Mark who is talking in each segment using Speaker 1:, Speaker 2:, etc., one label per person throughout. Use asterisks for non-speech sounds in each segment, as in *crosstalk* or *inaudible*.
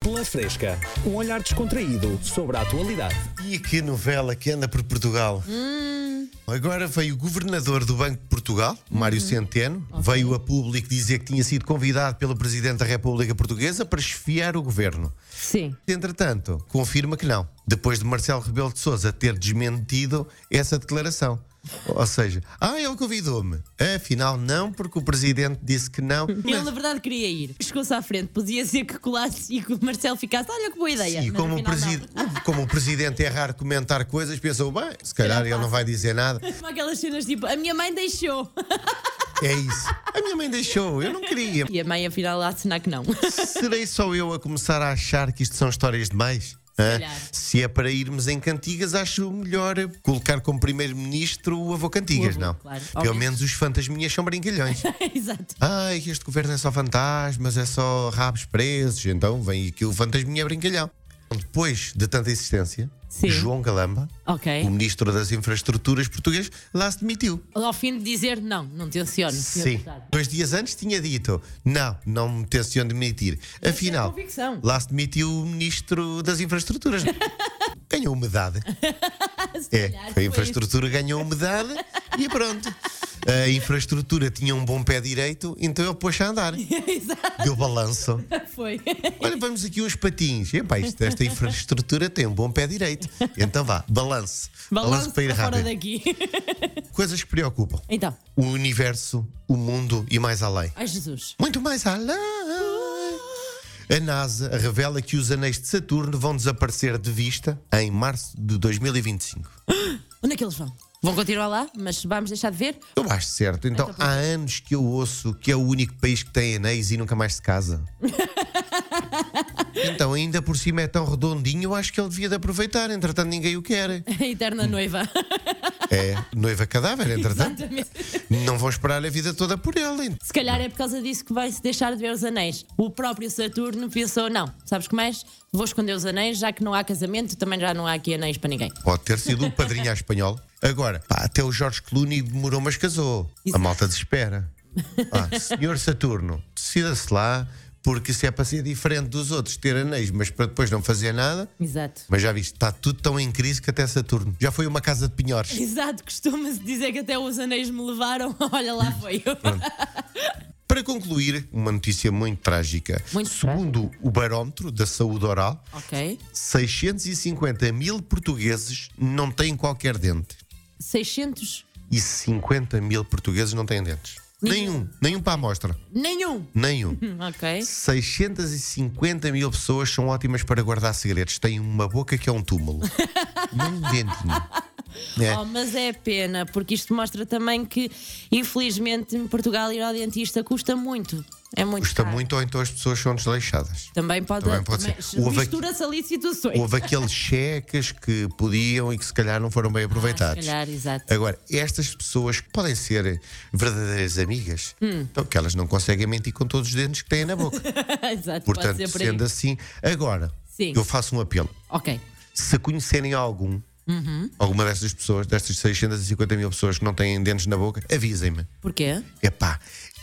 Speaker 1: Pela Fresca, um olhar descontraído sobre a atualidade.
Speaker 2: E que novela que anda por Portugal.
Speaker 3: Hum.
Speaker 2: Agora veio o governador do Banco de Portugal, Mário Centeno, veio a público dizer que tinha sido convidado pelo Presidente da República Portuguesa para chefiar o governo.
Speaker 3: Sim.
Speaker 2: Entretanto, confirma que não, depois de Marcelo Rebelo de Sousa ter desmentido essa declaração. Ou seja, ah, ele convidou-me. Afinal, não, porque o Presidente disse que não.
Speaker 3: Ele na verdade queria ir. Chegou-se à frente, podia ser que colasse e que o Marcelo ficasse. Olha que boa ideia.
Speaker 2: E
Speaker 3: Mas
Speaker 2: como o,
Speaker 3: afinal,
Speaker 2: presi- como o Presidente é raro comentar coisas, pensou, bem, se calhar ele não vai dizer nada.
Speaker 3: não. Como aquelas cenas tipo, a minha mãe deixou. *laughs*
Speaker 2: É isso. A minha mãe deixou, eu não queria.
Speaker 3: E a mãe afinal a assinar
Speaker 2: *laughs*
Speaker 3: que não.
Speaker 2: Serei só eu a começar a achar que isto são histórias demais? Hã?
Speaker 3: calhar.
Speaker 2: Se é para irmos em cantigas, acho melhor colocar como primeiro-ministro o avô cantigas,
Speaker 3: O avô,
Speaker 2: não?
Speaker 3: claro. Ao
Speaker 2: Pelo
Speaker 3: menos.
Speaker 2: menos os fantasminhas são
Speaker 3: *laughs*
Speaker 2: brincalhões.
Speaker 3: Exato.
Speaker 2: Ai, que este governo é só fantasmas, é só rabos presos, então vem aqui o fantasminha brincalhão. Depois de tanta insistência,
Speaker 3: Sim.
Speaker 2: João Galamba,
Speaker 3: Ok.
Speaker 2: o ministro das infraestruturas português, lá se demitiu.
Speaker 3: Ao fim de dizer não, não tenciono. senhor
Speaker 2: Sim.
Speaker 3: deputado.
Speaker 2: Dois dias antes tinha dito: não, não me tenciono demitir. Afinal,
Speaker 3: convicção.
Speaker 2: lá se demitiu o ministro das
Speaker 3: *laughs*
Speaker 2: infraestruturas. ganhou umidade. é,
Speaker 3: calhar
Speaker 2: a
Speaker 3: foi
Speaker 2: infraestrutura ganhou umidade e pronto. A infraestrutura tinha um bom pé direito, então ele pôs a
Speaker 3: *laughs*
Speaker 2: andar.
Speaker 3: *laughs* Exato.
Speaker 2: Deu balanço.
Speaker 3: Foi.
Speaker 2: Olha, vamos aqui uns patins. Epá, isto, esta infraestrutura tem um bom pé direito. Então vá, balance.
Speaker 3: Balanço
Speaker 2: para ir
Speaker 3: para fora
Speaker 2: rápido.
Speaker 3: daqui. *laughs*
Speaker 2: Coisas que preocupam.
Speaker 3: Então,
Speaker 2: O universo, o mundo e mais além.
Speaker 3: ai Jesus.
Speaker 2: Muito mais além. A NASA revela que os anéis de Saturno vão desaparecer de vista em março de 2025.
Speaker 3: Onde é que eles vão? Vão continuar lá, mas vamos deixar de ver?
Speaker 2: Eu acho certo. Então, há anos que eu ouço que é o único país que tem anéis e nunca mais se casa. Então, ainda por cima é tão redondinho, eu acho que ele devia de aproveitar. Entretanto, ninguém o quer.
Speaker 3: *laughs* A eterna noiva. *laughs*
Speaker 2: É noiva cadáver, entretanto.
Speaker 3: Exatamente.
Speaker 2: Não vão esperar a vida toda por ele.
Speaker 3: Se calhar é por causa disso que vai-se deixar de ver os anéis. O próprio Saturno pensou: não, sabes como é? Vou esconder os anéis, já que não há casamento, também já não há aqui anéis para ninguém.
Speaker 2: Pode ter sido o padrinho à espanhola. Agora, pá, até o Jorge Clooney demorou, mas casou. A
Speaker 3: Exato.
Speaker 2: malta desespera. Ah, senhor Saturno, decida-se lá, porque se é para ser diferente dos outros, ter anéis, mas para depois não fazer nada.
Speaker 3: Exato.
Speaker 2: Mas já viste, está tudo tão em crise que até Saturno. Já foi uma casa de pinhores.
Speaker 3: Exato, costuma-se dizer que até os anéis me levaram. *laughs* Olha lá, foi eu.
Speaker 2: Para concluir, uma notícia muito trágica.
Speaker 3: Muito
Speaker 2: Segundo o barómetro da saúde oral,
Speaker 3: *laughs* ok.
Speaker 2: 650 mil portugueses não têm qualquer dente.
Speaker 3: 600?
Speaker 2: E 50 mil portugueses não têm dentes.
Speaker 3: Nenhum.
Speaker 2: Nenhum, nenhum para a amostra.
Speaker 3: Nenhum! *laughs*
Speaker 2: Nenhum.
Speaker 3: Hum, Ok.
Speaker 2: 650 mil pessoas são ótimas para guardar segredos. Têm uma boca que é um
Speaker 3: *laughs*
Speaker 2: túmulo. Nem dentinho. É.
Speaker 3: Oh, mas é pena, porque isto mostra também que, infelizmente, em Portugal ir ao dentista custa muito. É muito
Speaker 2: Custa
Speaker 3: caro.
Speaker 2: muito, ou então as pessoas são desleixadas.
Speaker 3: Também pode,
Speaker 2: Também pode ser.
Speaker 3: mas
Speaker 2: Houve aqui-
Speaker 3: Mistura-se ali situações.
Speaker 2: Houve aqueles cheques que podiam e que se calhar não foram bem aproveitados.
Speaker 3: Ah, se calhar, exato.
Speaker 2: Agora, estas pessoas que podem ser verdadeiras amigas,
Speaker 3: Hum.
Speaker 2: então que elas não conseguem mentir com todos os dentes que têm na
Speaker 3: *laughs*
Speaker 2: boca.
Speaker 3: Exato, pode
Speaker 2: Portanto,
Speaker 3: ser por aí.
Speaker 2: sendo assim, agora
Speaker 3: Sim.
Speaker 2: eu faço um apelo.
Speaker 3: Ok.
Speaker 2: se conhecerem algum, alguma destas pessoas, destas 650 mil pessoas que não têm dentes na boca, avisem-me.
Speaker 3: Porquê?
Speaker 2: Epá,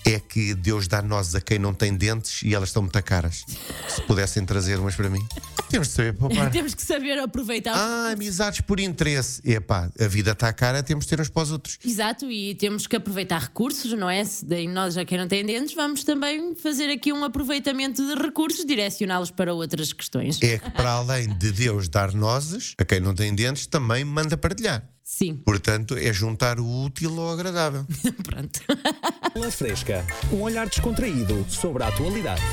Speaker 2: é que Deus dá nozes a quem não tem dentes e elas estão muito caras. Se pudessem trazer umas para mim, temos de saber poupar.
Speaker 3: *laughs* Temos que saber aproveitar.
Speaker 2: Ah, amizades por interesse. Epá, a vida está cara, temos de ter uns para os outros.
Speaker 3: Exato, e temos que aproveitar recursos, não é? Se daí nós, já que não tem dentes, vamos também fazer aqui um aproveitamento de recursos, direcioná-los para outras questões.
Speaker 2: É que para além de Deus dar nozes, a quem não tem dentes também manda partilhar.
Speaker 3: Sim, *laughs*
Speaker 2: Portanto, é juntar o útil ao agradável.
Speaker 3: pronto.
Speaker 1: Pela Fresca, um olhar descontraído sobre a atualidade.